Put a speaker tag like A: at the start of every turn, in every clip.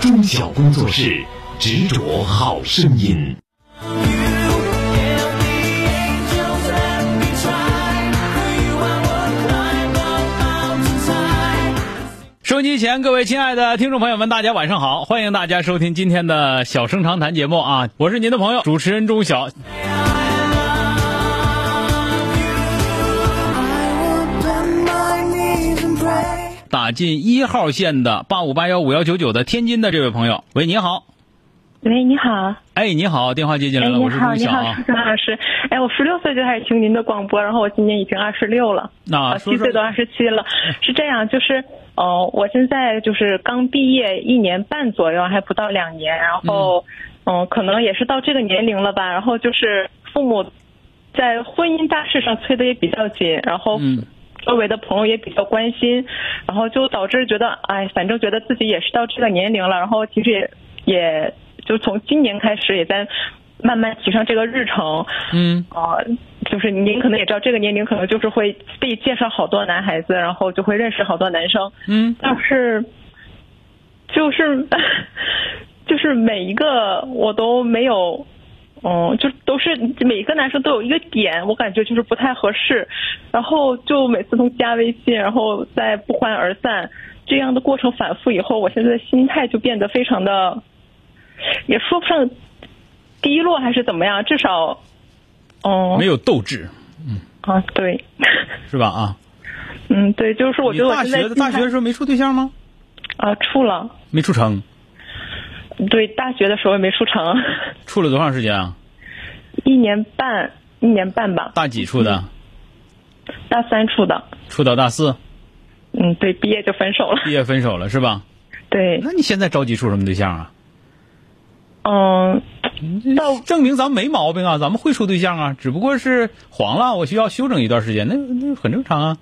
A: 中小工作室执着好声音。
B: 收音机前，各位亲爱的听众朋友们，大家晚上好！欢迎大家收听今天的《小声长谈》节目啊，我是您的朋友主持人钟晓。打进一号线的八五八幺五幺九九的天津的这位朋友，喂，你好，
C: 喂，你好。
B: 哎，你好，电话接进来了，
C: 哎，你
B: 我是
C: 好，
B: 钟
C: 你
B: 晓
C: 好，
B: 啊
C: 舒。生老师。哎，我十六岁就开始听您的广播，然后我今年已经二十六了，
B: 那
C: 啊，
B: 说
C: 七
B: 说
C: 岁都二十七了。是这样，就是，呃，我现在就是刚毕业一年半左右，还不到两年，然后，嗯、可能也是到这个年龄了吧，然后就是父母在婚姻大事上催的也比较紧，然后，
B: 嗯
C: 周围的朋友也比较关心，然后就导致觉得，哎，反正觉得自己也是到这个年龄了，然后其实也也就从今年开始也在慢慢提上这个日程，
B: 嗯
C: 呃，就是您可能也知道，这个年龄可能就是会被介绍好多男孩子，然后就会认识好多男生，
B: 嗯
C: 但是就是 就是每一个我都没有。嗯，就都是每一个男生都有一个点，我感觉就是不太合适，然后就每次都加微信，然后再不欢而散，这样的过程反复以后，我现在的心态就变得非常的，也说不上低落还是怎么样，至少，嗯，
B: 没有斗志
C: 啊，对，
B: 是吧？啊，
C: 嗯，对，就是我
B: 你
C: 觉得我
B: 大
C: 现在
B: 学大学的
C: 心态
B: 时候没处对象吗？
C: 啊处了，
B: 没处成，
C: 对，大学的时候也没处成，
B: 处了多长时间啊？
C: 一年半，一年半吧，
B: 大几处的？
C: 嗯大三处的，
B: 处到大四，
C: 嗯，对，毕业就分手了，
B: 毕业分手了是吧？
C: 对，
B: 那你现在着急处什么对象啊？
C: 嗯，到
B: 证明咱们没毛病啊，咱们会处对象啊，只不过是黄了，我需要休整一段时间，那那很正常啊。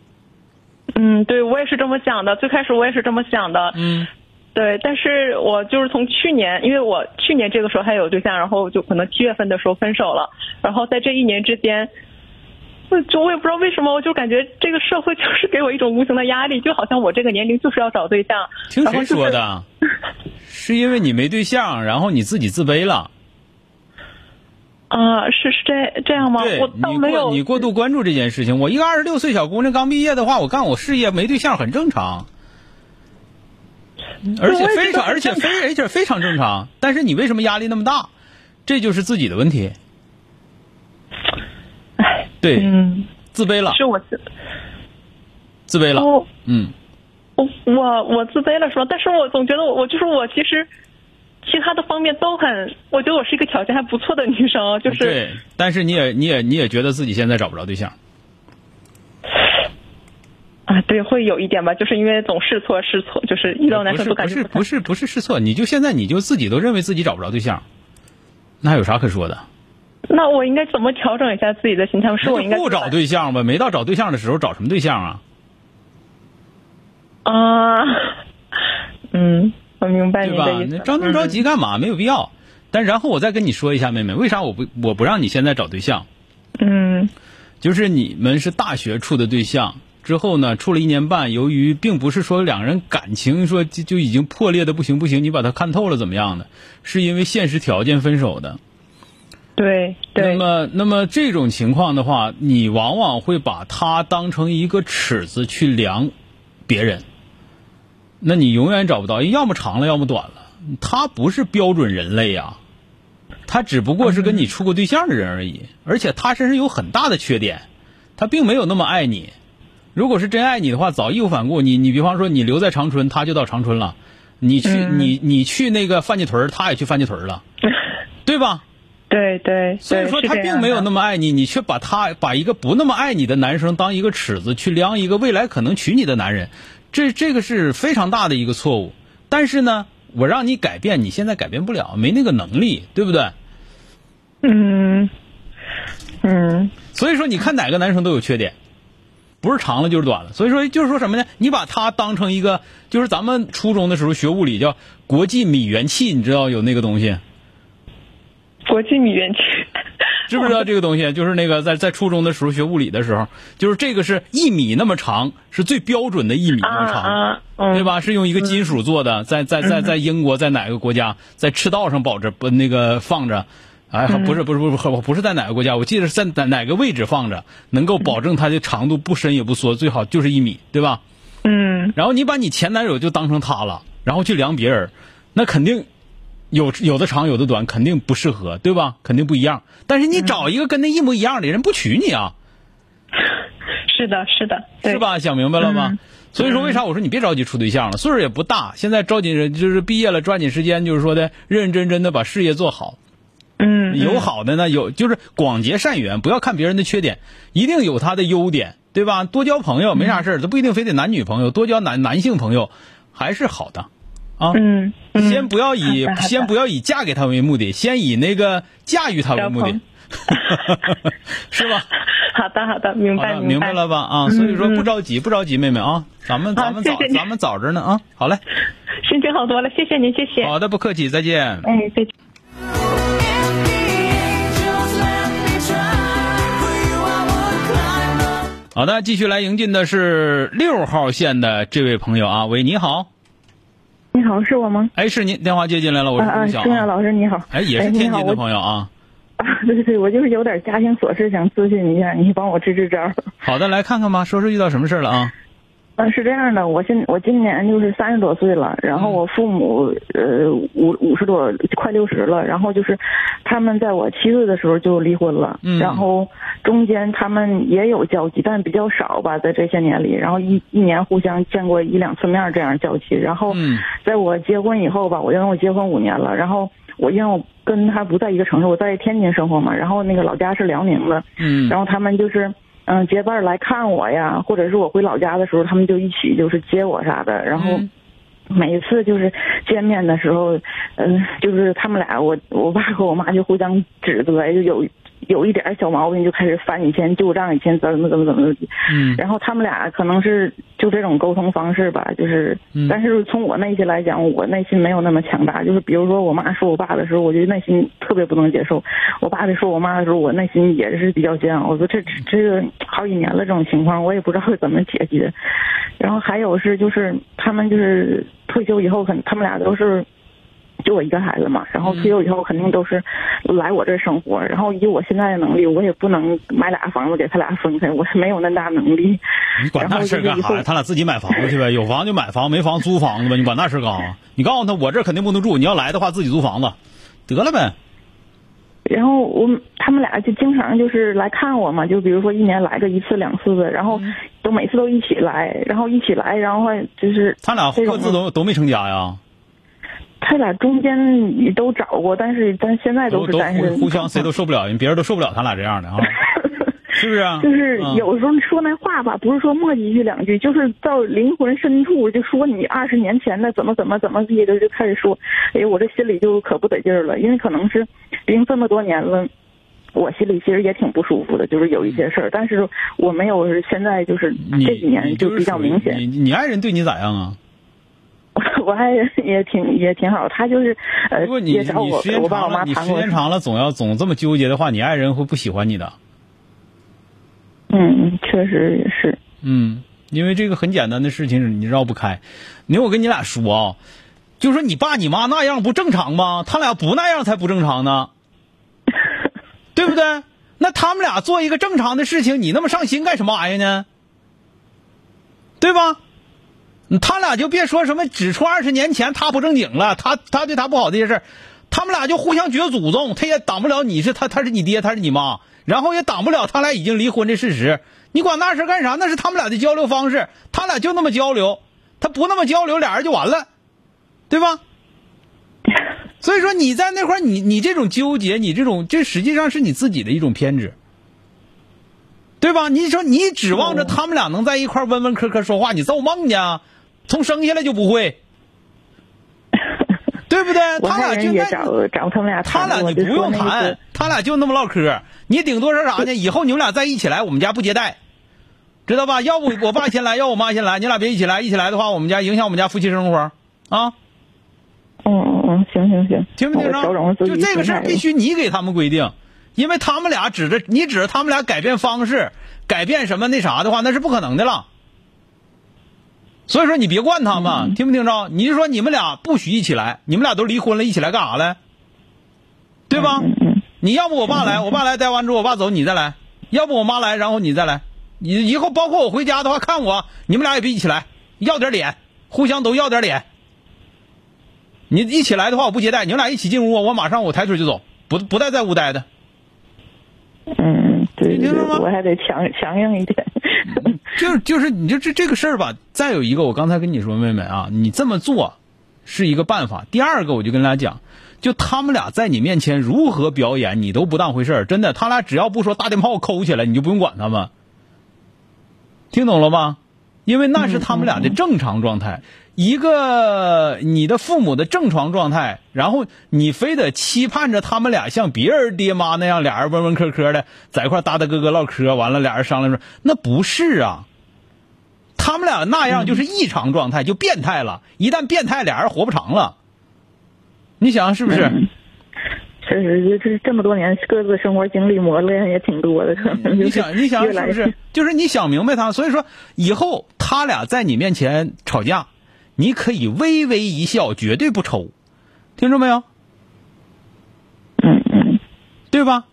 C: 嗯，对我也是这么想的，最开始我也是这么想的，
B: 嗯
C: 对，但是我就是从去年，因为我去年这个时候还有对象，然后就可能七月份的时候分手了，然后在这一年之间。就就我也不知道为什么，我就感觉这个社会 就是给我一种无形的压力，就好像我这个年龄就是要找对象，
B: 听
C: 然后
B: 谁
C: 就是
B: 说 的？是因为你没对象，然后你自己自卑了。
C: 啊、是是这这样吗？
B: 对
C: 我倒
B: 你
C: 没有
B: 过你过度关注这件事情。我一个二十六岁小姑娘刚毕业的话，我干我事业没对象很正常，而且
C: 我也
B: 非
C: 觉
B: 常
C: 得
B: 而且非而且非常正常。但是你为什么压力那么大？这就是自己的问题。对，
C: 嗯，
B: 自卑了，
C: 是我自
B: 自卑了。
C: 哦，
B: 嗯。
C: 我我我自卑了是吧？但是我总觉得我我就是我其实其他的方面都很，我觉得我是一个条件还不错的女生，就是
B: 对，但是你也你也你也觉得自己现在找不着对象，
C: 啊，对，会有一点吧，就是因为总试错试错，就是遇到男
B: 不
C: 生
B: 是
C: 都感
B: 不
C: 觉
B: 是
C: 太
B: 不是不是试错，你就现在你就自己都认为自己找不着对象，那还有啥可说的？
C: 那我应该怎么调整一下自己的心态？是我应
B: 那
C: 该
B: 就不找对象呗，没到找对象的时候，找什么对象啊？
C: 啊？ 嗯，我明白
B: 对
C: 您
B: 吧
C: 的意？
B: 那
C: 思。
B: 着那么着
C: 嗯
B: 急干嘛？没有必要。但然后我再跟你说一下，妹妹，为啥我不我不让你现在找对象？
C: 嗯
B: 就是你们是大学处的对象，之后呢，处了一年半，由于并不是说两人感情说就就已经破裂的不行不行，你把他看透了怎么样的，是因为现实条件分手的。
C: 对
B: 那
C: 对，
B: 么，那么这种情况的话，你往往会把它当成一个尺子去量别人，那你永远找不到，要么长了，要么短了。他不是标准人类呀、他只不过是跟你处过对象的人而已，而且他身上有很大的缺点，他并没有那么爱你。如果是真爱你的话，早义无反顾。你你比方说，你留在长春，他就到长春了；你去、你你去那个范家屯儿，他也去范家屯儿了，对吧？
C: 对对，
B: 所以
C: 对
B: 说
C: 是
B: 他
C: 这
B: 并
C: 样
B: 没有
C: 的
B: 那么爱你，你却把他把一个不那么爱你的男生当一个尺子去量一个未来可能娶你的男人，这这个是非常大的一个错误。但是呢，我让你改变，你现在改变不了，没那个能力，对不对？
D: 嗯嗯
B: 所以说，你看哪个男生都有缺点，不是长了就是短了。所以说，就是说什么呢？你把它当成一个，就是咱们初中的时候学物理叫国际米元器，你知道有那个东西，
D: 国际米园区，
B: 知不知道这个东西？就是那个在在初中的时候学物理的时候，就是这个是一米那么长，是最标准的一米那
D: 啊
B: 么长。
D: 啊，嗯，
B: 对？吧？是用一个金属做的，在在在在英国，在哪个国家，在赤道上保着不那个放着，哎，
D: 嗯
B: 不是不是不是不是在哪个国家，我记得是在哪哪个位置放着，能够保证它的长度不伸也不缩，最好就是一米，对吧？
D: 嗯
B: 然后你把你前男友就当成他了，然后去量别人，那肯定有有的长有的短，肯定不适合，对吧？肯定不一样。但是
D: 嗯
B: 你找一个跟那一模一样的人，不娶你啊，
D: 是的，是的，对
B: 是？吧？想明白了吗？
D: 嗯
B: 所以说，为啥我说你别着急处对象了？岁数也不大，现在着紧人就是毕业了，抓紧时间，就是说的认认真真的把事业做好。
D: 嗯，
B: 有好的呢，有就是广结善缘，不要看别人的缺点，一定有他的优点，对吧？多交朋友
D: 嗯
B: 没啥事儿，这不一定非得男女朋友，多交男男性朋友还是好的。啊，
D: 嗯，嗯
B: 先不要以
D: 好的好的
B: 先不要以嫁给他为目的，先以那个驾驭他为目的
D: 交，
B: 是吧？
D: 好的，好的， 明
B: 好
D: 白，
B: 的，明
D: 白嗯
B: 白了。吧？啊，所以说不着急，不着急，妹妹啊，咱们咱们
D: 好谢
B: 早
D: 谢你
B: 咱们早着呢啊，好嘞，
D: 心情好多了，谢谢您，谢谢。
B: 好的，不客气，再见。
D: 哎，再见。
E: If the angels let me try, for you I would climb the
B: 好的，继续来迎进的是六号线的这位朋友啊，喂，你好，
F: 你好，是我吗？
B: 哎，是您电话接进来了，我是
F: 啊啊，
B: 钟晓、
F: 钟亮老师你好。
B: 哎，也是
F: 你
B: 天
F: 好
B: 津的
F: 我
B: 朋友啊。
F: 啊， 对对对，我就是有点家庭琐事想咨询一下，你帮我支支招儿。
B: 好的，来看看吧，说说遇到什么事儿了啊？
F: 嗯、是这样的，我现我今年就是三十多岁了，然
B: 嗯
F: 后我父母呃五五十多，快六十了，然后就是他们在我七岁的时候就离婚了，
B: 嗯
F: 然后中间他们也有交集，但比较少吧，在这些年里，然后一一年互相见过一两次面儿这样交集，然后
B: 嗯
F: 在我结婚以后吧，我因为我结婚五年了，然后我因为我跟他不在一个城市，我在天津生活嘛，然后那个老家是辽宁的，
B: 嗯
F: 然后他们就是嗯结伴儿来看我呀，或者是我回老家的时候，他们就一起就是接我啥的，然后。
B: 嗯
F: 每一次就是见面的时候，嗯、就是他们俩，我我爸和我妈就互相指责，就有有一点儿小毛病就开始翻以前旧账，以前怎么怎么怎么怎么地，
B: 嗯
F: 然后他们俩可能是就这种沟通方式吧，就是，
B: 嗯
F: 但是从我内心来讲，我内心没有那么强大。就是比如说我妈说我爸的时候，我就内心特别不能接受；我爸在说我妈的时候，我内心也是比较煎熬。我说这 这这个好几年了，这种情况我也不知道怎么解决。然后还有是就是他们就是退休以后，可能他们俩都是就我一个孩子嘛，然后退休以后肯定都是来我这儿生活，然后以我现在的能力，我也不能买俩房子给他俩分开，我也没有那大能力。
B: 你管
F: 然
B: 那
F: 后
B: 事儿
F: 就是
B: 干
F: 以后
B: 啥呀？他俩自己买房子去呗，有房就买房，没房租房子呗。你管那事儿干啥？你告诉他，我这儿肯定不能住，你要来的话自己租房子，得了呗。
F: 然后我们他们俩就经常就是来看我嘛，就比如说一年来个一次两次的，然后都每次都一起来，然后一起来，然后还就是
B: 他俩
F: 这种
B: 各自都都没成家呀，
F: 他俩中间也都找过，但是但现在
B: 都
F: 是
B: 都
F: 单身，
B: 互互相谁都受不了，人别人都受不了他俩这 样的啊，是不是啊？
F: 就是
B: 嗯
F: 有时候说那话吧，不是说磨叽一句两句，就是到灵魂深处就说你二十年前的怎么怎么怎么地的，就开始说，哎呀，我这心里就可不得劲儿了，因为可能是，毕竟这么多年了。我心里其实也挺不舒服的，就是有一些事儿，但是我没有是现在就是
B: 你
F: 这几
B: 你
F: 年
B: 就是
F: 比较
B: 属于
F: 明显。
B: 你你爱人对你咋样啊？
F: 我爱人也挺也挺好，他就是呃
B: 如果你
F: 也
B: 你
F: 找我
B: 时间
F: 我爸我
B: 长了，
F: 妈
B: 你
F: 谈
B: 时
F: 过
B: 间，长了总要总这么纠结的话，你爱人会不喜欢你的。
F: 嗯，确实也是，
B: 嗯，因为这个很简单的事情你绕不开。你我跟你俩说啊，就说你爸你妈那样不正常吗？他俩不那样才不正常呢，对不对？那他们俩做一个正常的事情，你那么上心干什么玩意儿呢？对吧？嗯他俩就别说什么只说二十年前他不正经了，他他对他不好这些事儿，他们俩就互相绝祖宗，他也挡不了你是他他是你爹他是你妈，然后也挡不了他俩已经离婚的事实。你管那事儿干啥？那是他们俩的交流方式，他俩就那么交流，他不那么交流，俩人就完了，对 吧？所以说你在那块儿，你你这种纠结，你这种这实际上是你自己的一种偏执，对吧？你说你指望着他们啊 俩能在一块儿温温科科说话，你造梦呢？从生下来就不会，对不对？
G: 我
B: 他
G: 那
B: 俩就
G: 人也
B: 那，
G: 找找他们俩
B: 他
G: 谈
B: 俩
G: 过，
B: 你不
G: 就说
B: 用
G: 那意
B: 谈
G: 思，
B: 他俩就那么唠嗑，你顶多说啥 呢？以后你们俩再一起来，我们家不接待，知道吧？要不我爸先来，要我妈先来，你俩别一起来，一起来的话，我们家影响我们家夫妻生活啊，
G: 嗯嗯嗯，行行行，
B: 听没听
G: 我调整我
B: 着？
G: 自己
B: 就这个事儿
G: 心态
B: 必须你给他们规定，因为他们俩指着你指着他们俩改变方式，改变什么那啥的话，那是不可能的了。所以说你别惯他们，
G: 嗯
B: 听没听着？你就说你们俩不许一起来，你们俩都离婚了，一起来干啥来？对吧？
G: 嗯嗯
B: 你要不我爸来，我爸来待完之后我爸走，你再来；要不我妈来，然后你再来。你以后包括我回家的话，看我你们俩也别一起来，要点脸，互相都要点脸。你一起来的话，我不接待，你们俩一起进屋，我马上我抬腿就走，不不带在屋待的。
G: 嗯嗯，对
B: 你
G: 对
B: 听
G: 对
B: 着吗，
G: 我还得强强硬一点。
B: 就是就是，你就这这个事儿吧。再有一个，我刚才跟你说，妹妹啊，你这么做是一个办法。第二个，我就跟大家讲，就他们俩在你面前如何表演，你都不当回事儿。真的，他俩只要不说大电炮抠起来，你就不用管他们。听懂了吗？因为那是他们俩的正常状态，一个你的父母的正常状态，然后你非得期盼着他们俩像别人爹妈那样，俩人温温磕磕的在一块儿搭搭哥哥唠嗑，完了俩人商量说，那不是啊，他们俩那样就是异常状态，就变态了。一旦变态，俩人活不长了。你想啊是不是？
G: 确实，就这这么多年各自生活经历磨练也挺多的， 可能
B: 嗯你
G: 就
B: 想，你想
G: 越
B: 是
G: 来
B: 不
G: 越
B: 是？就是你想明白他，所以说以后他俩在你面前吵架，你可以微微一笑，绝对不抽，听着没有？
G: 嗯嗯
B: 对吧？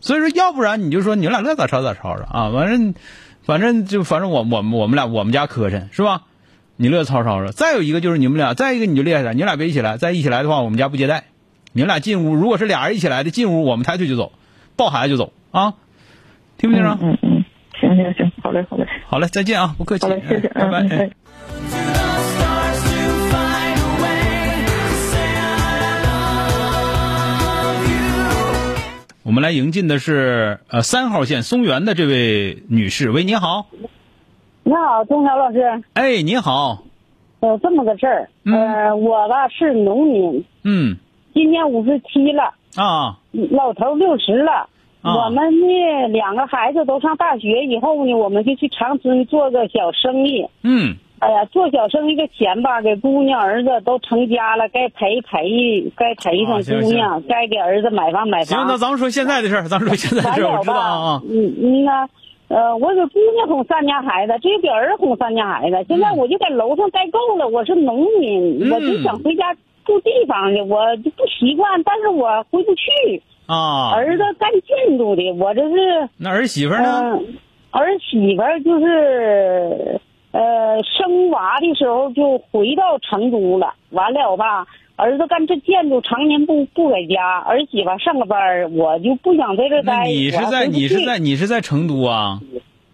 B: 所以说，要不然你就说你们俩乐咋吵咋吵着啊，反正，反正就反正我我们我们俩我们家磕碜是吧？你乐吵吵着。再有一个就是你们俩，再一个你就厉害点，你俩别一起来，再一起来的话，我们家不接待。你们俩进屋，如果是俩人一起来的，进屋我们抬腿就走，抱孩子就走啊，听不听着？
G: 嗯嗯嗯，行行行，好嘞好嘞，
B: 好嘞，再见啊，不客气，
G: 好嘞，谢谢，
B: 哎拜拜。
G: 嗯嗯，
B: 哎
G: 哎。
D: To the stars to find a way to say I love you.
B: 我们来迎进的是呃三号线松原的这位女士，喂，你好，
H: 你好，钟晓老师，
B: 哎，你好，
H: 有这么个事儿，
B: 嗯
H: 呃，我吧是农民，
B: 嗯
H: 今年五十七了，嗯
B: 啊，
H: 老头六十了。
B: 啊
H: 我们呢，两个孩子都上大学以后呢，我们就去长春做个小生意。
B: 嗯
H: 哎呀，做小生意的钱吧，给姑娘儿子都成家了，该陪陪，该陪
B: 啊
H: 上
B: 行
H: 姑娘，该给儿子买房买
B: 行，
H: 房。
B: 那咱们说现在的事儿，咱们说现在的
H: 完
B: 事儿，我
H: 了
B: 知道啊
H: 吧
B: 啊，，
H: 嗯嗯呐，呃，我给姑娘哄三家孩子，只有给儿哄三家孩子。现在我就在楼上待够了，我是农民，
B: 嗯
H: 我就想回家住地方去，我就不习惯，但是我回不去。
B: 啊，
H: 儿子干建筑的，我这是
B: 那儿媳妇儿
H: 嗯、
B: 呢？
H: 儿媳妇儿就是呃生娃的时候就回到成都了，完了吧。儿子干这建筑，常年不不在家，儿媳妇儿上个班儿，我就不想在这
B: 那
H: 待。
B: 你是
H: 我
B: 在
H: 回不
B: 你是
H: 去
B: 在你是在成都啊？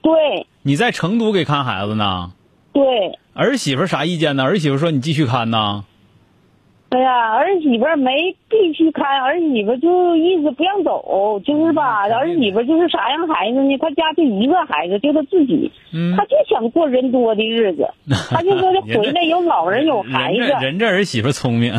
H: 对
B: 你在成都给看孩子呢？
H: 对，
B: 儿媳妇儿啥意见呢？儿媳妇儿说你继续看呐？
H: 哎呀，儿媳妇儿没必须看，儿媳妇儿就一直不让走，就是
B: 嗯
H: 吧，儿媳妇儿就是啥样孩子呢？她家就一个孩子，就她自己，
B: 嗯
H: 她就想过人多的日 子，她就说
B: 人家
H: 这回来有老人有孩
B: 人这
H: 子。
B: 人这儿媳妇儿聪明，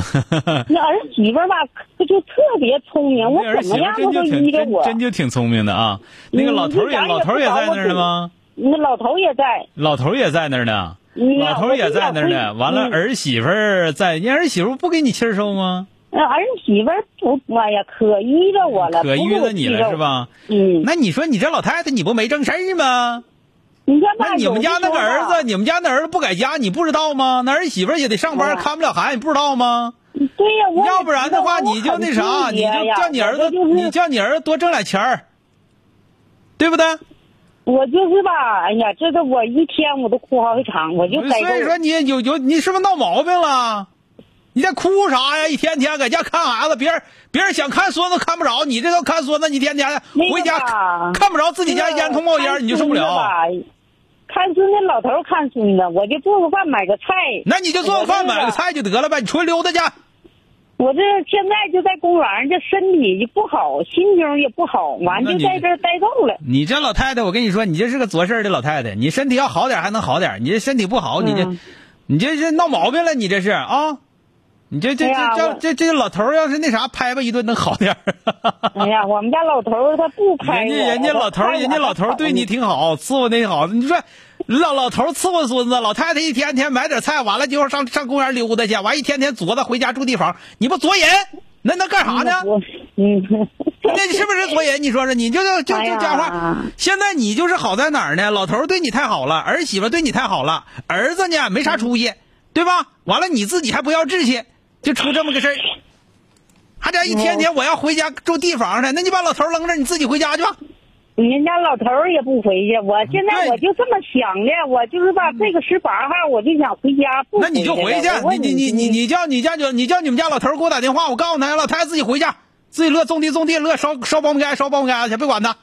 H: 那儿媳妇儿吧，就特别聪明，哎我
B: 那儿
H: 怎
B: 媳
H: 么
B: 妇
H: 样
B: 儿真
H: 都
B: 就挺
H: 依着我
B: 真。真就挺聪明的啊。那个
H: 嗯
B: 老头儿也
H: 一点儿也
B: 老头儿也
H: 不
B: 在
H: 把我
B: 那儿呢
H: 给
B: 吗？
H: 那老头也在，
B: 老头儿也在那儿呢，
H: 嗯
B: 老头儿也在那儿呢。
H: 我就想
B: 完了，
H: 嗯
B: 儿媳妇儿在，你儿媳妇儿不给你气儿受吗？
H: 那儿媳妇儿不，哎呀，可依着我了，
B: 可
H: 不
B: 遇
H: 我
B: 着你
H: 依着
B: 了
H: 我
B: 是？吧？
H: 嗯，
B: 那你说你这老太太，你不没正事儿吗？
H: 你看吧
B: 那你们家那个儿，
H: 有
B: 子，你们家那儿子不改家，你不知道吗？那儿媳妇儿也得上班，
H: 嗯
B: 看不了孩子，你不知道吗？
H: 的时候吧对呀、我
B: 要不然的话，你就那啥，你就叫你儿子，你
H: 你
B: 叫你儿子多挣点钱儿，对不对？
H: 我就是吧，哎呀，这个我一天我都哭好几场，我就
B: 嗯
H: 待
B: 所以说
H: 够。
B: 你有有你是不是闹毛病了？你在哭啥呀？一天天搁家看孩子，别人别人想看孙子看不着，你这都看孙子，你一天天
H: 那个
B: 回家
H: 吧
B: 看不着自己家烟囱冒烟，你就受不了。。
H: 看孙子老头儿看孙子，我就做个饭买个菜。
B: 那你就做个饭
H: 我这
B: 买个菜就得了呗，你出去溜达去。
H: 我这现在就在公园儿，这身体就不好，心情也不好，完
B: 那
H: 就
B: 你
H: 在这儿待够 了。
B: 你这老太太，我跟你说，你这是个做事儿的老太太。你身体要好点儿还能好点儿，你这身体不好，你这、
H: 嗯
B: 你这是闹毛病了，你这是啊？你这这
H: 哎呀
B: 这
H: 我
B: 这这这老头儿要是那啥拍吧一顿能好点儿。
H: 哎呀，我们家老头儿他不拍
B: 人家
H: 我
B: 人家
H: 他
B: 老头
H: 拍
B: 儿，
H: 我
B: 人家老头儿对你挺好，伺候你好。你说老老头儿伺候孙子，老太太一天天买点菜，完了就要上上公园溜达去，完一天天琢磨回家住地方，你不作人，那能干啥呢？
H: 我嗯，
B: 那你是不是作人？你说说，你就就就
H: 哎
B: 就
H: 呀
B: 讲话。现在你就是好在哪儿呢？老头儿对你太好了，儿媳妇对你太好了，儿子呢没啥出息，对吧？完了你自己还不要志气，就出这么个事儿。还这一天天我要回家住地方去，那你把老头儿扔这儿，你自己回家去吧。
H: 人家老头儿也不回去。我现
B: 嗯
H: 在
B: 对嗯
H: 我就这么想的，我就是吧，这个十八号我就想回家，不
B: 那你就回去啊
H: 了我，问
B: 你你你你你叫你家就你叫你们家老头儿给我打电话，我告诉他，老太太自己回家，自己乐种地种地乐，烧烧苞米干烧苞米干去，别管他，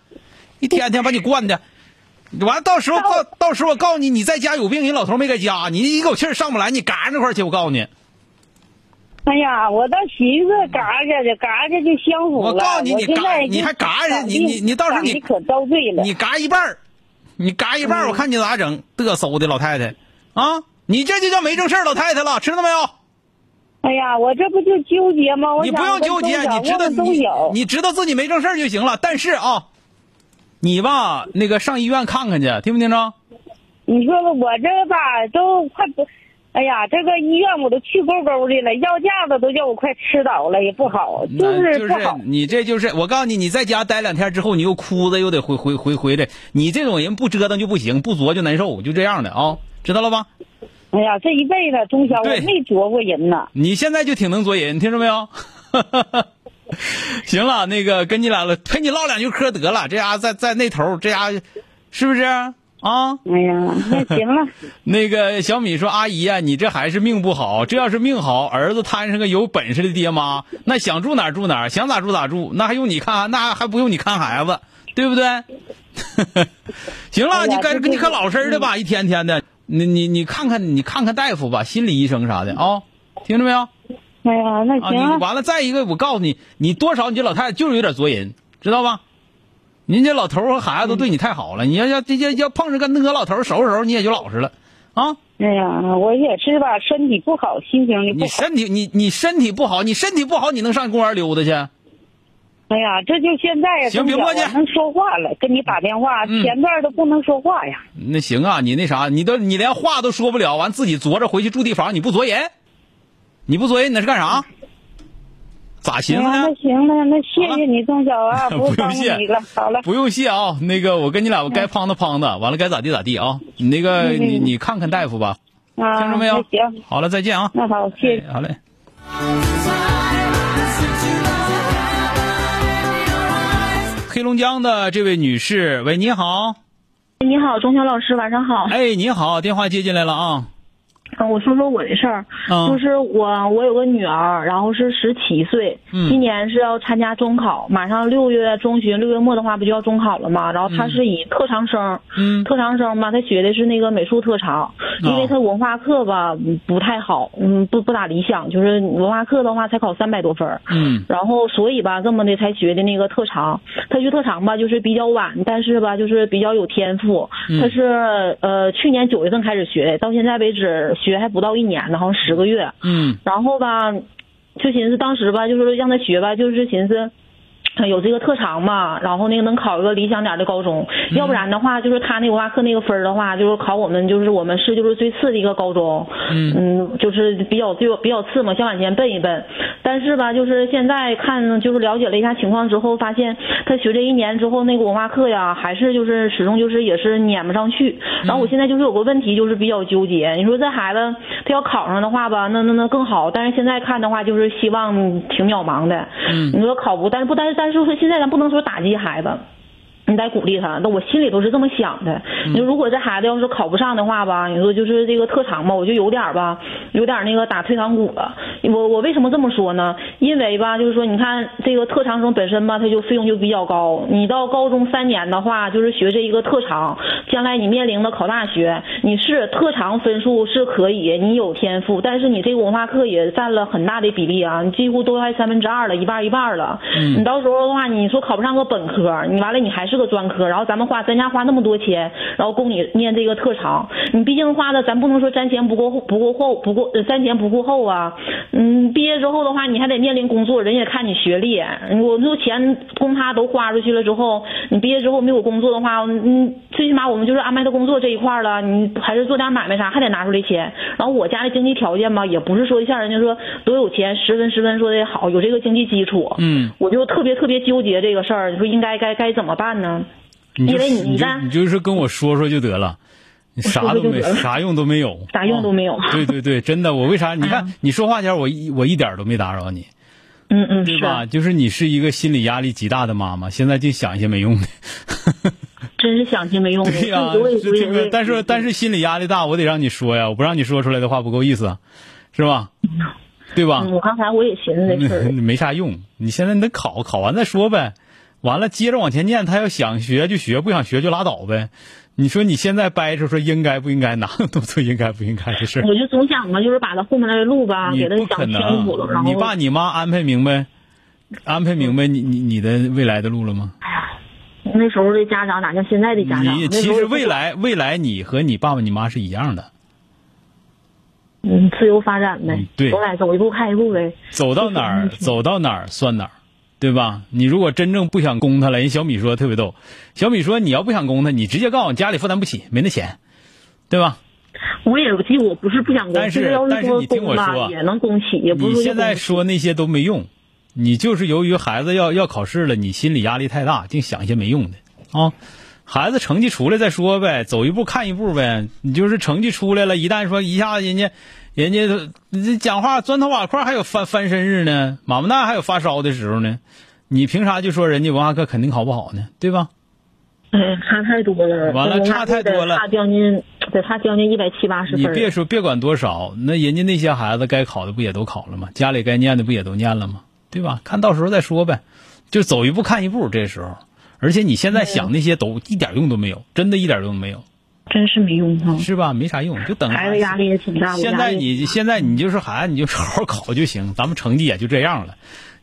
B: 一天天把你惯的。完了，到时候告，到时候我告诉你，你在家有病，人老头儿没在家，你一口气儿上不来，你赶上这块儿去，我告诉你，
H: 哎呀，我倒寻思嘎着的，嘎着就相符
B: 嗯
H: 了。
B: 我告诉你你
H: 现在
B: 嘎你
H: 就
B: 还嘎着
H: 长
B: 你
H: 得
B: 你你到时候
H: 长
B: 你
H: 得可遭罪了。
B: 你嘎一半儿，你嘎一半儿，我看你咋整，嘚瑟的老太太，啊，你这就叫没正事儿老太太了，知道没有？
H: 哎呀，我这不就纠结吗？我
B: 你不用纠结，啊你知道
H: 都
B: 你
H: 有。
B: 你知道自己没正事儿就行了。但是啊，你吧，那个上医院看看去，听没听着？
H: 你说吧，我这吧都快不，哎呀，这个医院我都去勾勾的了，药架子都叫我快吃倒了，也不好，就
B: 那就
H: 是不
B: 是
H: 好。
B: 你这就是我告诉你，你在家待两天之后，你又哭的又得回回回回来，你这种人不折腾就不行，不作就难受，就这样的啊，知道了吧？
H: 哎呀，这一辈子钟晓我
B: 对
H: 没啄过人呐。
B: 你现在就挺能作人，听着没有？ 行了，那个跟你俩了，陪你唠两句嗑得了。这家在在那头，这家是不是啊？
H: 哎呀，那 行了，
B: 那个小米说：“阿姨呀、你这还是命不好。这要是命好，儿子摊上个有本事的爹妈，那想住哪儿住哪儿，想咋住咋住，那还用你看？那还不用你看孩子，对不对？ 行了，
H: 哎
B: 你
H: 呀
B: 该
H: 这嗯
B: 你
H: 这
B: 可老实的吧，一天天的，你你你看看你看看大夫吧，心理医生啥的啊、听着没有？啊，
H: 哎呀，那行
B: 你
H: 了，
B: 完了，再一个，我告诉你，你多少你这老太太就是有点作人，知道吧？人家老头儿和孩子
H: 嗯
B: 都对你太好了，你要要这要要碰着个那个老头儿收拾收拾，你也就老实了啊。”
H: 哎呀，我也是吧，身体不好，心情就不
B: 你
H: 好。
B: 身体你你身体不好，你身体不好，你能上公园溜达去？
H: 哎呀，这就现在呀，
B: 行别
H: 东晓
B: 墨迹
H: 我能说话了，跟你打电话，
B: 嗯
H: 前段都不能说话呀。
B: 那行啊，你那啥，你都你连话都说不了，完自己琢着回去住地房，你不琢人？你不琢人，你那是干啥？咋
H: 哎
B: 寻
G: 嗯
H: 呀
B: 思，
H: 嗯那
B: 呢？
H: 行了，那谢谢你，钟 晓啊，
B: 啊不用
H: 耽误
B: 谢
H: 你了。好了，
B: 不用谢啊，那个我跟你俩该胖的胖的，完了该咋地咋地啊。你那个你你看看大夫吧，
H: 嗯啊，
B: 听着没
H: 那
B: 有？
H: 行，
B: 好了，再见啊。
H: 那好，谢谢。
B: 哎好嘞。黑龙江的这位女士，喂，你好。
I: 你好，钟晓老师，晚上好。
H: 啊
B: 哎，你好，电话接进来了啊。
I: 嗯，我说说我的事儿，
B: 嗯
I: 就是我我有个女儿，然后是十七岁，
B: 嗯
I: 今年是要参加中考，马上六月中旬、六月末的话不就要中考了吗？然后她是以特长生，
B: 嗯啊
I: 特长生嘛，她学的是那个美术特长，因为她文化课吧嗯不太好，嗯，不不咋理想，就是文化课的话才考三百多分儿，
B: 嗯
I: 然后所以吧，这么的才学的那个特长。他学特长吧，就是比较晚，但是吧，就是比较有天赋。
B: 嗯
I: 他是呃去年九月份开始学的，到现在为止学还不到一年呢，好像十个月。
B: 嗯
I: 然后吧，就寻思当时吧，就是让他学吧，就是寻思。呃有这个特长嘛，然后那个能考一个理想点的高中，要不然的话，就是他那文化课那个分儿的话，就是考我们就是我们市就是最次的一个高中，
B: 嗯
I: 嗯，就是比较就比较次嘛，想往前奔一奔。但是吧，就是现在看就是了解了一下情况之后，发现他学这一年之后那个文化课呀，还是就是始终就是也是撵不上去。然后我现在就是有个问题，就是比较纠结。你说这孩子他要考上的话吧，那那那更好。但是现在看的话，就是希望挺渺茫的。
B: 嗯
I: 你说考不，但是不但是但是说现在咱不能说打击孩子。你得鼓励他。那我心里头是这么想的。你说如果这孩子要是考不上的话吧，你说就是这个特长吧，我就有点儿吧，有点儿那个打退堂鼓了。我我为什么这么说呢？因为吧，就是说你看这个特长生本身吧，它就费用就比较高。你到高中三年的话，就是学这一个特长，将来你面临的考大学，你是特长分数是可以，你有天赋，但是你这个文化课也占了很大的比例啊，你几乎都快三分之二了，一半儿一半儿了。
B: 嗯
I: 你到时候的话，你说考不上个本科，你完了你还是个专科，然后咱们花咱家花那么多钱，然后供你念这个特长，你毕竟花的咱不能说瞻前不顾后不顾后不顾呃瞻前不顾后啊，嗯，毕业之后的话，你还得面临工作，人也看你学历。我就钱公趴都花出去了之后，你毕业之后没有工作的话，嗯，最起码我们就是安排他工作这一块儿了，你还是做点买卖啥，还得拿出来钱。然后我家的经济条件吧，也不是说一下人家说多有钱，十分十分说的好，有这个经济基础。
B: 嗯，
I: 我就特别特别纠结这个事儿，你说应该该该怎么办呢？
B: 你就
I: 因为你
B: 你就
I: 看
B: 你就是跟我说说就得了，你啥都
I: 说就
B: 没
I: 得了
B: 啥用都没有，
I: 啥用都没有
B: 啊对对对，真的，我为啥？你看你说话前儿我一我一点儿都没打扰你，
I: 嗯嗯，
B: 对
I: 是
B: 吧？就是你是一个心理压力极大的妈妈，现在净想一些没用的。
I: 真是想听没用的。
B: 对呀、
I: 嗯我也
B: 是这
I: 我也
B: 个，但是但是心理压力大，我得让你说呀，我不让你说出来的话不够意思，啊，是吧？
I: 嗯
B: 对吧？
I: 嗯我刚才我也寻思这事儿。
B: 嗯没啥用。 你现在你得考，考完再说呗。完了，接着往前念，他要想学就学，不想学就拉倒呗。你说你现在掰扯说应该不应该，哪有那么多应该不应该的事儿？
I: 我就总想嘛，就是把他后面的路吧，
B: 你
I: 给他
B: 不可
I: 想清
B: 能
I: 楚了，然，后
B: 你爸你妈安排明白，安排明白你你你的未来的路了吗？
I: 哎那时候的家长哪像现在的家长？
B: 你
I: 那时
B: 其
I: 候
B: 实未来未来你和你爸爸你妈是一样的，
I: 嗯自由发展呗
B: 嗯，对
I: 走哪走一步看一步呗。
B: 走到哪儿走到哪儿算哪儿，对吧？你如果真正不想供他了，人小米说特别逗，小米说你要不想供他，你直接告诉我家里负担不起，没那钱，对吧？
I: 我也记，我不是不想供，
B: 但是
I: 其实要
B: 但是
I: 说
B: 你听
I: 供
B: 我
I: 吧，
B: 说啊
I: 也能供起，也不是
B: 你
I: 说
B: 现在
I: 就供不起
B: 说那些都没用，你就是由于孩子要要考试了，你心理压力太大，净想一些没用的啊。孩子成绩出来再说呗，走一步看一步呗。你就是成绩出来了，一旦说一下子人家，人家都你这讲话砖头瓦块还有翻翻身日呢，马木蛋还有发烧的时候呢，你凭啥就说人家文化课肯定考不好呢？对吧？
I: 哎，差太多了，
B: 完了
I: 我妈
B: 差太多了
I: 得差将近得差将近一百七八十分
B: 你
I: 儿。
B: 别说别管多少，那人家那些孩子该考的不也都考了吗？家里该念的不也都念了吗？对吧？看到时候再说呗，就走一步看一步。这时候，而且你现在想
I: 嗯
B: 那些都一点用都没有，真的一点用都没有，
I: 真是没用啊！
B: 是吧？没啥用，就等
I: 孩子压力也挺大，我
B: 现
I: 压
B: 在
I: 力
B: 你现在你就是孩子，你就好好考就行，咱们成绩也就这样了，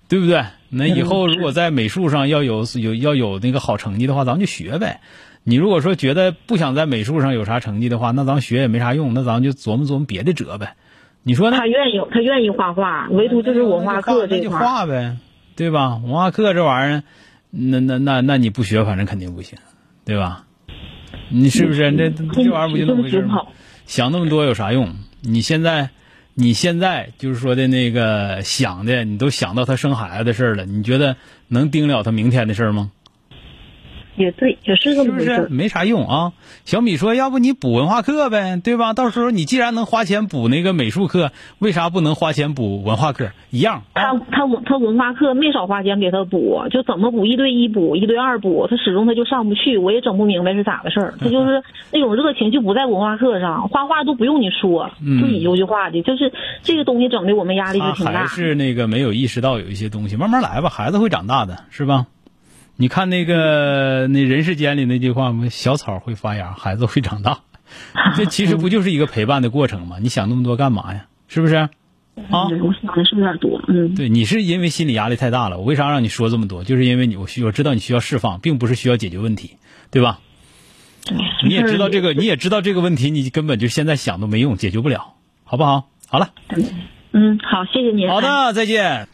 B: 对不对？那以后如果在美术上要有有要有那个好成绩的话，咱们就学呗。你如果说觉得不想在美术上有啥成绩的话，那咱们学也没啥用，那咱们就琢磨琢磨别的辙呗。你说呢？
I: 他愿意，他愿意画画，唯独就是文化课这
B: 那
I: 一
B: 就
I: 块儿。
B: 画呗，对吧？文化课这玩意儿，那那那那你不学，反正肯定不行，对吧？你是不是这
I: 嗯
B: 这玩意儿不就那么回事
I: 真
B: 吗
I: 好？
B: 想那么多有啥用？你现在你现在就是说的那个想的，你都想到他生孩子的事儿了，你觉得能盯了他明天的事儿吗？
I: 也对，也是这
B: 是
I: 么
B: 不
I: 回事
B: 是
I: 儿。
B: 没啥用啊？小米说，要不你补文化课呗，对吧？到时候你既然能花钱补那个美术课，为啥不能花钱补文化课？一样，
I: 他他文他文化课没少花钱给他补，就怎么补一对一补一对二补，他始终他就上不去，我也整不明白是咋回事儿。他 就是那种热情就不在文化课上，画画都不用你说，
B: 嗯
I: 自己就去画去，就是这个东西整的我们压力就
B: 他
I: 挺大
B: 还。是那个没有意识到有一些东西，慢慢来吧，孩子会长大的，是吧？你看那个那人世间里那句话吗？小草会发芽，孩子会长 大。这其实不就是一个陪伴的过程吗？你想那么多干嘛呀？是不是？啊，
I: 嗯我想的是有点多，嗯，
B: 对你是因为心理压力太大了。我为啥让你说这么多？就是因为你我需我知道你需要释放，并不是需要解决问题，对吧？
I: 嗯
B: 你也知道这个，你也知道这个问题，你根本就现在想都没用，解决不了，好不好？好了，
I: 嗯，好，谢谢您。哎
B: 好的，再见。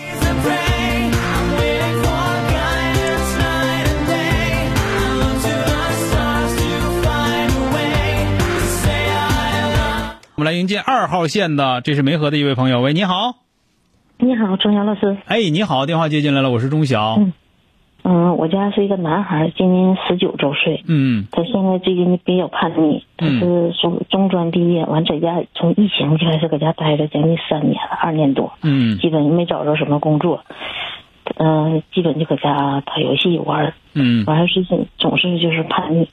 D: I'm waiting for guidance night and day. I look to the stars to find a way to say I love.
B: 我们来迎接二号线的，这是梅河的一位朋友。喂，你好，
J: 你好，钟阳老师。
B: 哎，你好，电话接进来了，我是钟晓。
J: 嗯嗯，我家是一个男孩，今年十九周岁。
B: 嗯
J: 他现在最近比较叛逆，他是中中专毕业，完在家从疫情就开始搁家待着将近三年了，二年多，
B: 嗯
J: 基本没找着什么工作，嗯、基本就搁家打游戏玩儿，
B: 嗯
J: 完了是总总是就是叛逆，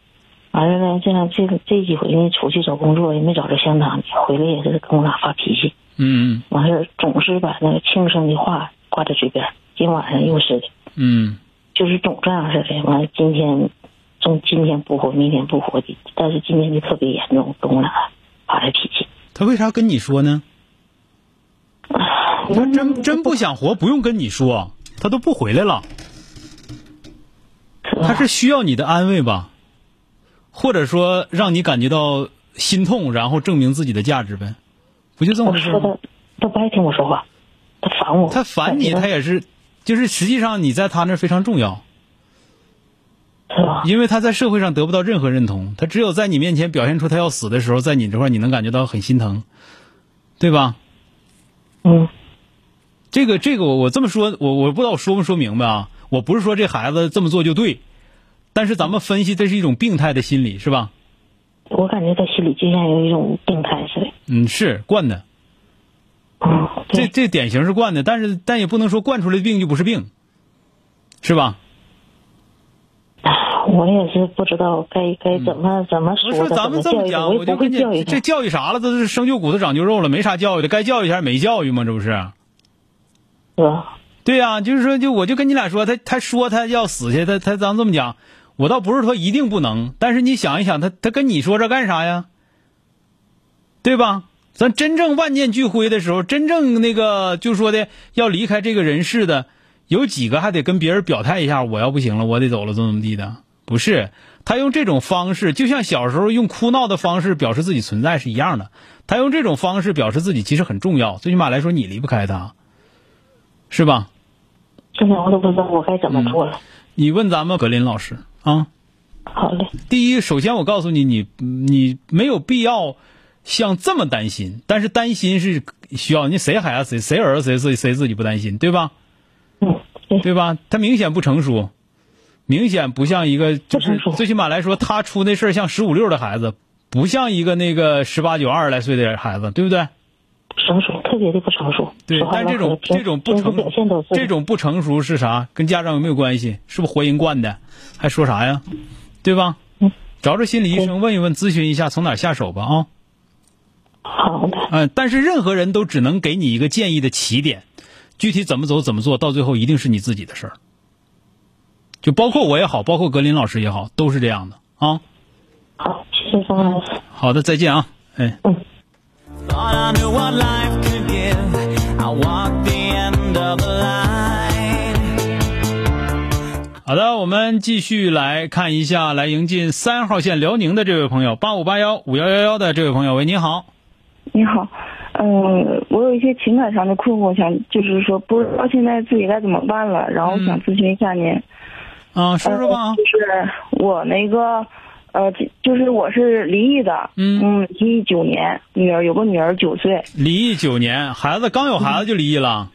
J: 完了呢，这两这个这几回呢出去找工作也没找着相当的，回来也是跟我俩发脾气，
B: 嗯
J: 完事儿总是把那个轻声的话挂在嘴边儿，今晚上又是的。
B: 嗯
J: 就是总这样似的。完了，今天从今天不活，明天不活的，但是今天就特别严重，跟我俩发了脾气。
B: 他为啥跟你说呢？他真真不想活，不用跟你说，他都不回来了。
I: 啊
B: 他是需要你的安慰吧，或者说让你感觉到心痛，然后证明自己的价值呗，不就这么
J: 我
B: 回事
J: 说
B: 吗？
J: 的，他不爱听我说话，他烦我。
B: 他烦你，
J: 感
B: 他
J: 觉
B: 也是，就是实际上你在他那儿非常重要，
J: 到是吧？
B: 因为他在社会上得不到任何认同，他只有在你面前表现出他要死的时候，在你这块儿你能感觉到很心疼，对吧？
J: 嗯
B: 这个这个我我这么说，我我不知道我说没说明白啊，我不是说这孩子这么做就对，但是咱们分析这是一种病态的心理，是吧？
J: 我感觉他心里就像有一种病态似的。
B: 嗯，是惯的，
J: 嗯，
B: 这
J: 对，
B: 这典型是惯的，但是但也不能说惯出来的病就不是病，是吧？
J: 哎我也是不知道该该怎么、怎么
B: 我
J: 说
B: 说嗯咱
J: 他，怎
B: 们
J: 么
B: 这么
J: 教育他，
B: 讲，
J: 我
B: 我
J: 也不
B: 就
J: 会
B: 跟你
J: 教育他
B: 这。教育啥了？这是生就骨头长就肉了，没啥教育的，该教育一下没教育吗？这不是？
J: 是吧？
B: 对呀、就是说，就我就跟你俩说，他他说他要死去，他他咱这么讲，我倒不是说一定不能，但是你想一想，他他跟你说这干啥呀？对吧？咱真正万念俱灰的时候，真正那个就说的要离开这个人世的，有几个还得跟别人表态一下，我要不行了，我得走了，怎么怎么地的？不是，他用这种方式，就像小时候用哭闹的方式表示自己存在是一样的。他用这种方式表示自己其实很重要，最起码来说你离不开他，是吧？
J: 现在我都不知道我该怎
B: 嗯
J: 么做了。
B: 你问咱们格林老师啊。
J: 好嘞，
B: 第一，首先我告诉你，你你没有必要像这么担心，但是担心是需要，你谁孩子谁谁儿子谁自己谁自己不担心，对吧？
J: 嗯，对，
B: 对吧？他明显不成熟，明显不像一个就
J: 不成
B: 是
J: 熟
B: 最起码来说，他出那事儿像十五六的孩子，不像一个那个十八九二十来岁的孩子，对不对？
J: 不成熟，特别的不成熟。
B: 对
J: 说，话
B: 但
J: 唠
B: 这种
J: 嗑
B: 这种不
J: 平时
B: 成
J: 表现都
B: 熟
J: 是，
B: 这种不成熟是啥？跟家长有没有关系？是不是活人惯的？还说啥呀？对吧？找找心理医生问一问，咨询一下从哪儿下手吧啊。
J: 好的，
B: 嗯，但是任何人都只能给你一个建议的起点，具体怎么走怎么做，到最后一定是你自己的事儿。就包括我也好，包括格林老师也好，都是这样的啊。
J: 好，谢谢张老师。
B: 好的，再见啊，哎。
D: Thought I knew what life could give. I walked the end of the line.
B: 好的，我们继续来看一下，来迎进三号线辽宁的这位朋友，八五八幺五幺幺幺的这位朋友，喂，你好，
G: 你好，嗯，我有一些情感上的困惑，想就是说不知道现在自己该怎么办了，然后想咨询一下您。
B: 啊，嗯说说吧啊
H: 哎
G: 呃，就是我那个，呃，就就是我是离异的，
B: 嗯
G: 嗯，离异九年，女儿有个女儿九岁，
B: 离异九年，孩子刚有孩子就离异了，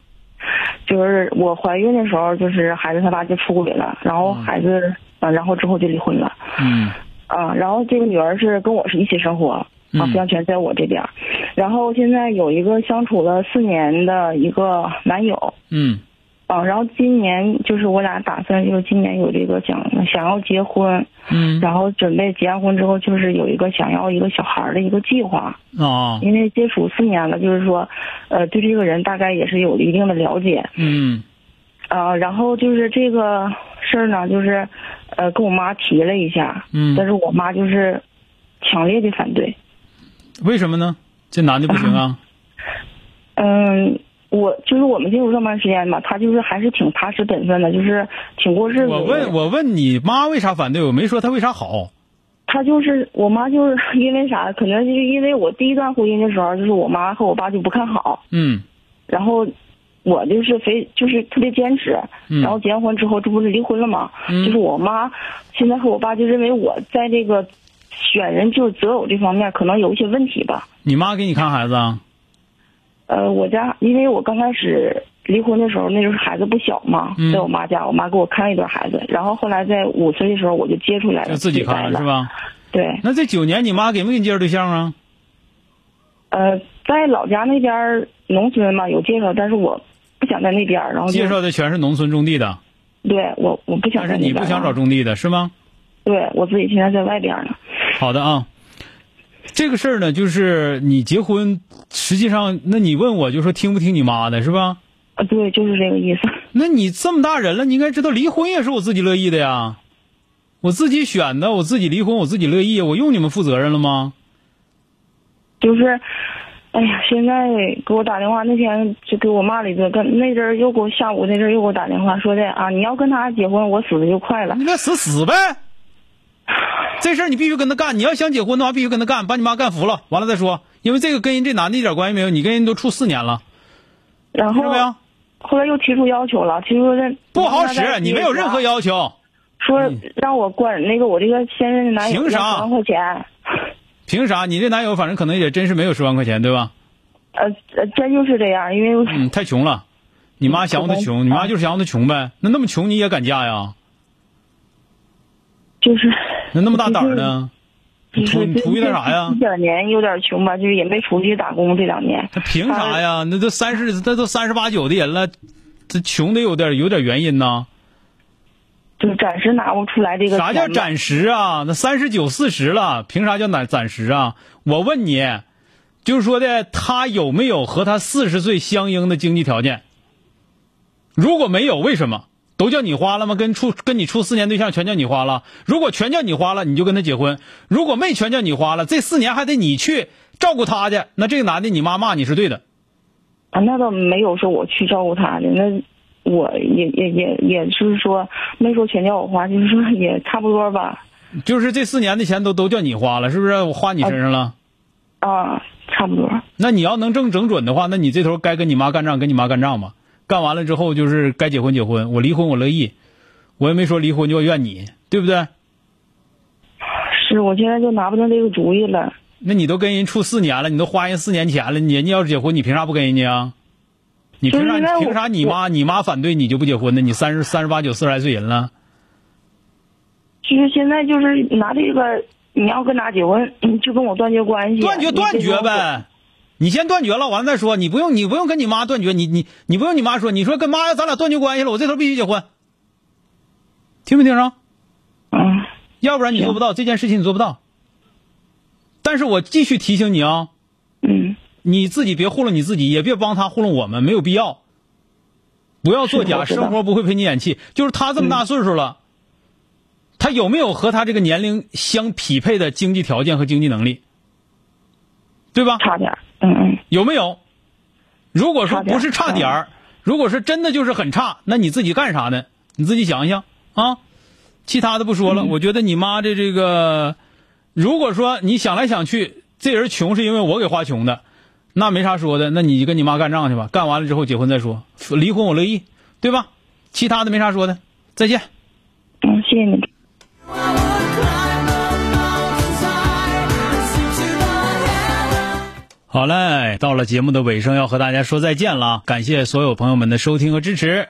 G: 就是我怀孕的时候，就是孩子他爸就出轨了，然后孩子，呃，然后之后就离婚了，
B: 嗯
G: 啊，然后这个女儿是跟我是一起生活，啊，
B: 嗯
G: 抚养权在我这边儿，然后现在有一个相处了四年的一个男友，
B: 嗯
G: 啊，然后今年就是我俩打算就是今年有这个想想要结婚，
B: 嗯
G: 然后准备结完婚之后，就是有一个想要一个小孩儿的一个计划，
B: 啊
G: 因为接触四年了，就是说，呃，对这个人大概也是有一定的了解，
B: 嗯
G: 呃，然后就是这个事儿呢，就是，呃，跟我妈提了一下，但
B: 嗯，
G: 是我妈就是强烈的反对，
B: 为什么呢？这男的不行啊，
G: 嗯。我就是我们接触这么长时间嘛，她就是还是挺踏实本分的，就是挺过日
I: 嗯
G: 子的。
B: 我问我问你妈为啥反对，我没说她为啥好。
G: 她就是我妈，就是 因为啥？可能就是因为我第一段婚姻的时候，就是我妈和我爸就不看好，
B: 嗯
G: 然后我就是非就是特别坚持，
B: 嗯
G: 然后结完婚之后，这不是离婚了吗？
B: 嗯
G: 就是我妈现在和我爸就认为我在这个选人就是择偶这方面可能有一些问题吧。
B: 你妈给你看孩子啊？
G: 呃，我家因为我刚开始离婚的时候，那时候孩子不小嘛，
B: 嗯
G: 在我妈家，我妈给我看了一段孩子，然后后来在五岁的时候我就接出来了，
B: 就自己看
G: 带
B: 呃了是？吧？
G: 对，
B: 那这九年你妈给没给你介绍对象啊？
G: 呃，在老家那边儿农村嘛有介绍，但是我不想在那边儿，然后就
B: 介绍的全是农村种地的，
G: 对我我不想
B: 但
G: 在
B: 是
G: 那
B: 你
G: 边儿
B: 不想
G: 了
B: 找种地的是吗？
G: 对我自己现在在外边儿呢。
B: 好的啊，这个事儿呢，就是你结婚，实际上，那你问我就说听不听你妈的，是吧？
G: 啊，对，就是这个意思。
B: 那你这么大人了，你应该知道离婚也是我自己乐意的呀，我自己选的，我自己离婚，我自己乐意，我用你们负责任了吗？
G: 就是，哎呀，现在给我打电话那天就给我骂了一顿，跟那阵儿又给我下午那阵儿又给我打电话说的啊，你要跟他结婚，我死的就快了
B: 你。该死死呗，这事儿你必须跟他干，你要想结婚的话，必须跟他干，把你妈干服了，完了再说，因为这个跟人这男的一点关系没有，你跟人都处四年了，
G: 然
B: 是
G: 后
B: 不呀？
G: 后来又提出要求了，提出让
B: 不好使，你没有任何
G: 要
B: 要求，
G: 说让我管那个我这个现任的男友
B: 凭
G: 要十
B: 啥
G: 万块钱，
B: 凭啥？你这男友反正可能也真是没有十万块钱，对吧？
G: 呃呃，真就是这样，因为
B: 嗯，太穷了。你妈想让他穷，你妈就是想让他穷呗。那那么穷你也敢嫁呀？
G: 就是
B: 那那么大胆儿呢？你图你图一点啥呀
G: 这？两年有点穷吧，就是也没出去打工这两年，
B: 他凭啥呀？那都三十，那都三十八九的人了，这穷得有点有点原因呐。
G: 就是暂时拿不出来这个钱
B: 啥
G: 吧。
B: 叫暂时啊？那三十九、四十了，凭啥叫暂暂时啊？我问你，就是说的他有没有和他四十岁相应的经济条件？如果没有，为什么？都叫你花了吗？跟处跟你处四年对象全叫你花了？如果全叫你花了，你就跟他结婚；如果没全叫你花了，这四年还得你去照顾他去，那这个男的你妈骂你是对的。
G: 啊，那倒没有说我去照顾他的，那我也也也也就是说没说全叫我花，就是说也差不多吧，
B: 就是这四年的钱都都叫你花了，是不是？我花你身上了。
G: 啊，差不多。
B: 那你要能正整准的话，那你这头该跟你妈干仗，跟你妈干仗吧。干完了之后就是该结婚结婚，我离婚我乐意，我也没说离婚就要怨你，对不对？
G: 是我现在就拿不定这个主意了。
B: 那你都跟人处四年了，你都花人四年钱了，你人家要是结婚，你凭啥不跟人家啊？你凭
G: 就是那
B: 啥
G: 我
B: 凭啥你妈你妈反对你就不结婚呢？你三十三十八九四十来岁人了，
G: 就是现在就是拿这个，你要跟他结婚，你就跟我断绝关系，啊
B: 断绝
G: 你别
B: 断
G: 跟
B: 绝
G: 我
B: 呗。你先断绝了，完了再说。你不用，你不用跟你妈断绝，你你你不用你妈说，你说跟妈咱俩断绝关系了，我这头必须结婚，听没听着？
G: 滚。嗯，
B: 要不然你做不到这件事情，你做不到。但是我继续提醒你啊，
G: 嗯，
B: 你自己别糊弄你自己，也别帮他糊弄我们，没有必要。不要作假，
G: 是我知道
B: 生活不会陪你演戏。就是他这么大岁数了，他有没有和他这个年龄相匹配的经济条件和经济能力？对吧？
G: 差点儿，嗯嗯，
B: 有没有？如果说
G: 差点儿嗯
B: 不是差点儿，如果是真的就是很差，那你自己干啥呢？你自己想一想啊。其他的不说了，
G: 嗯
B: 我觉得你妈的这个，如果说你想来想去，这人穷是因为我给花穷的，那没啥说的，那你就跟你妈干仗去吧，干完了之后结婚再说，离婚我乐意，对吧？其他的没啥说的，再见。
G: 嗯，谢谢你。
B: 啊好嘞，到了节目的尾声，要和大家说再见了。感谢所有朋友们的收听和支持。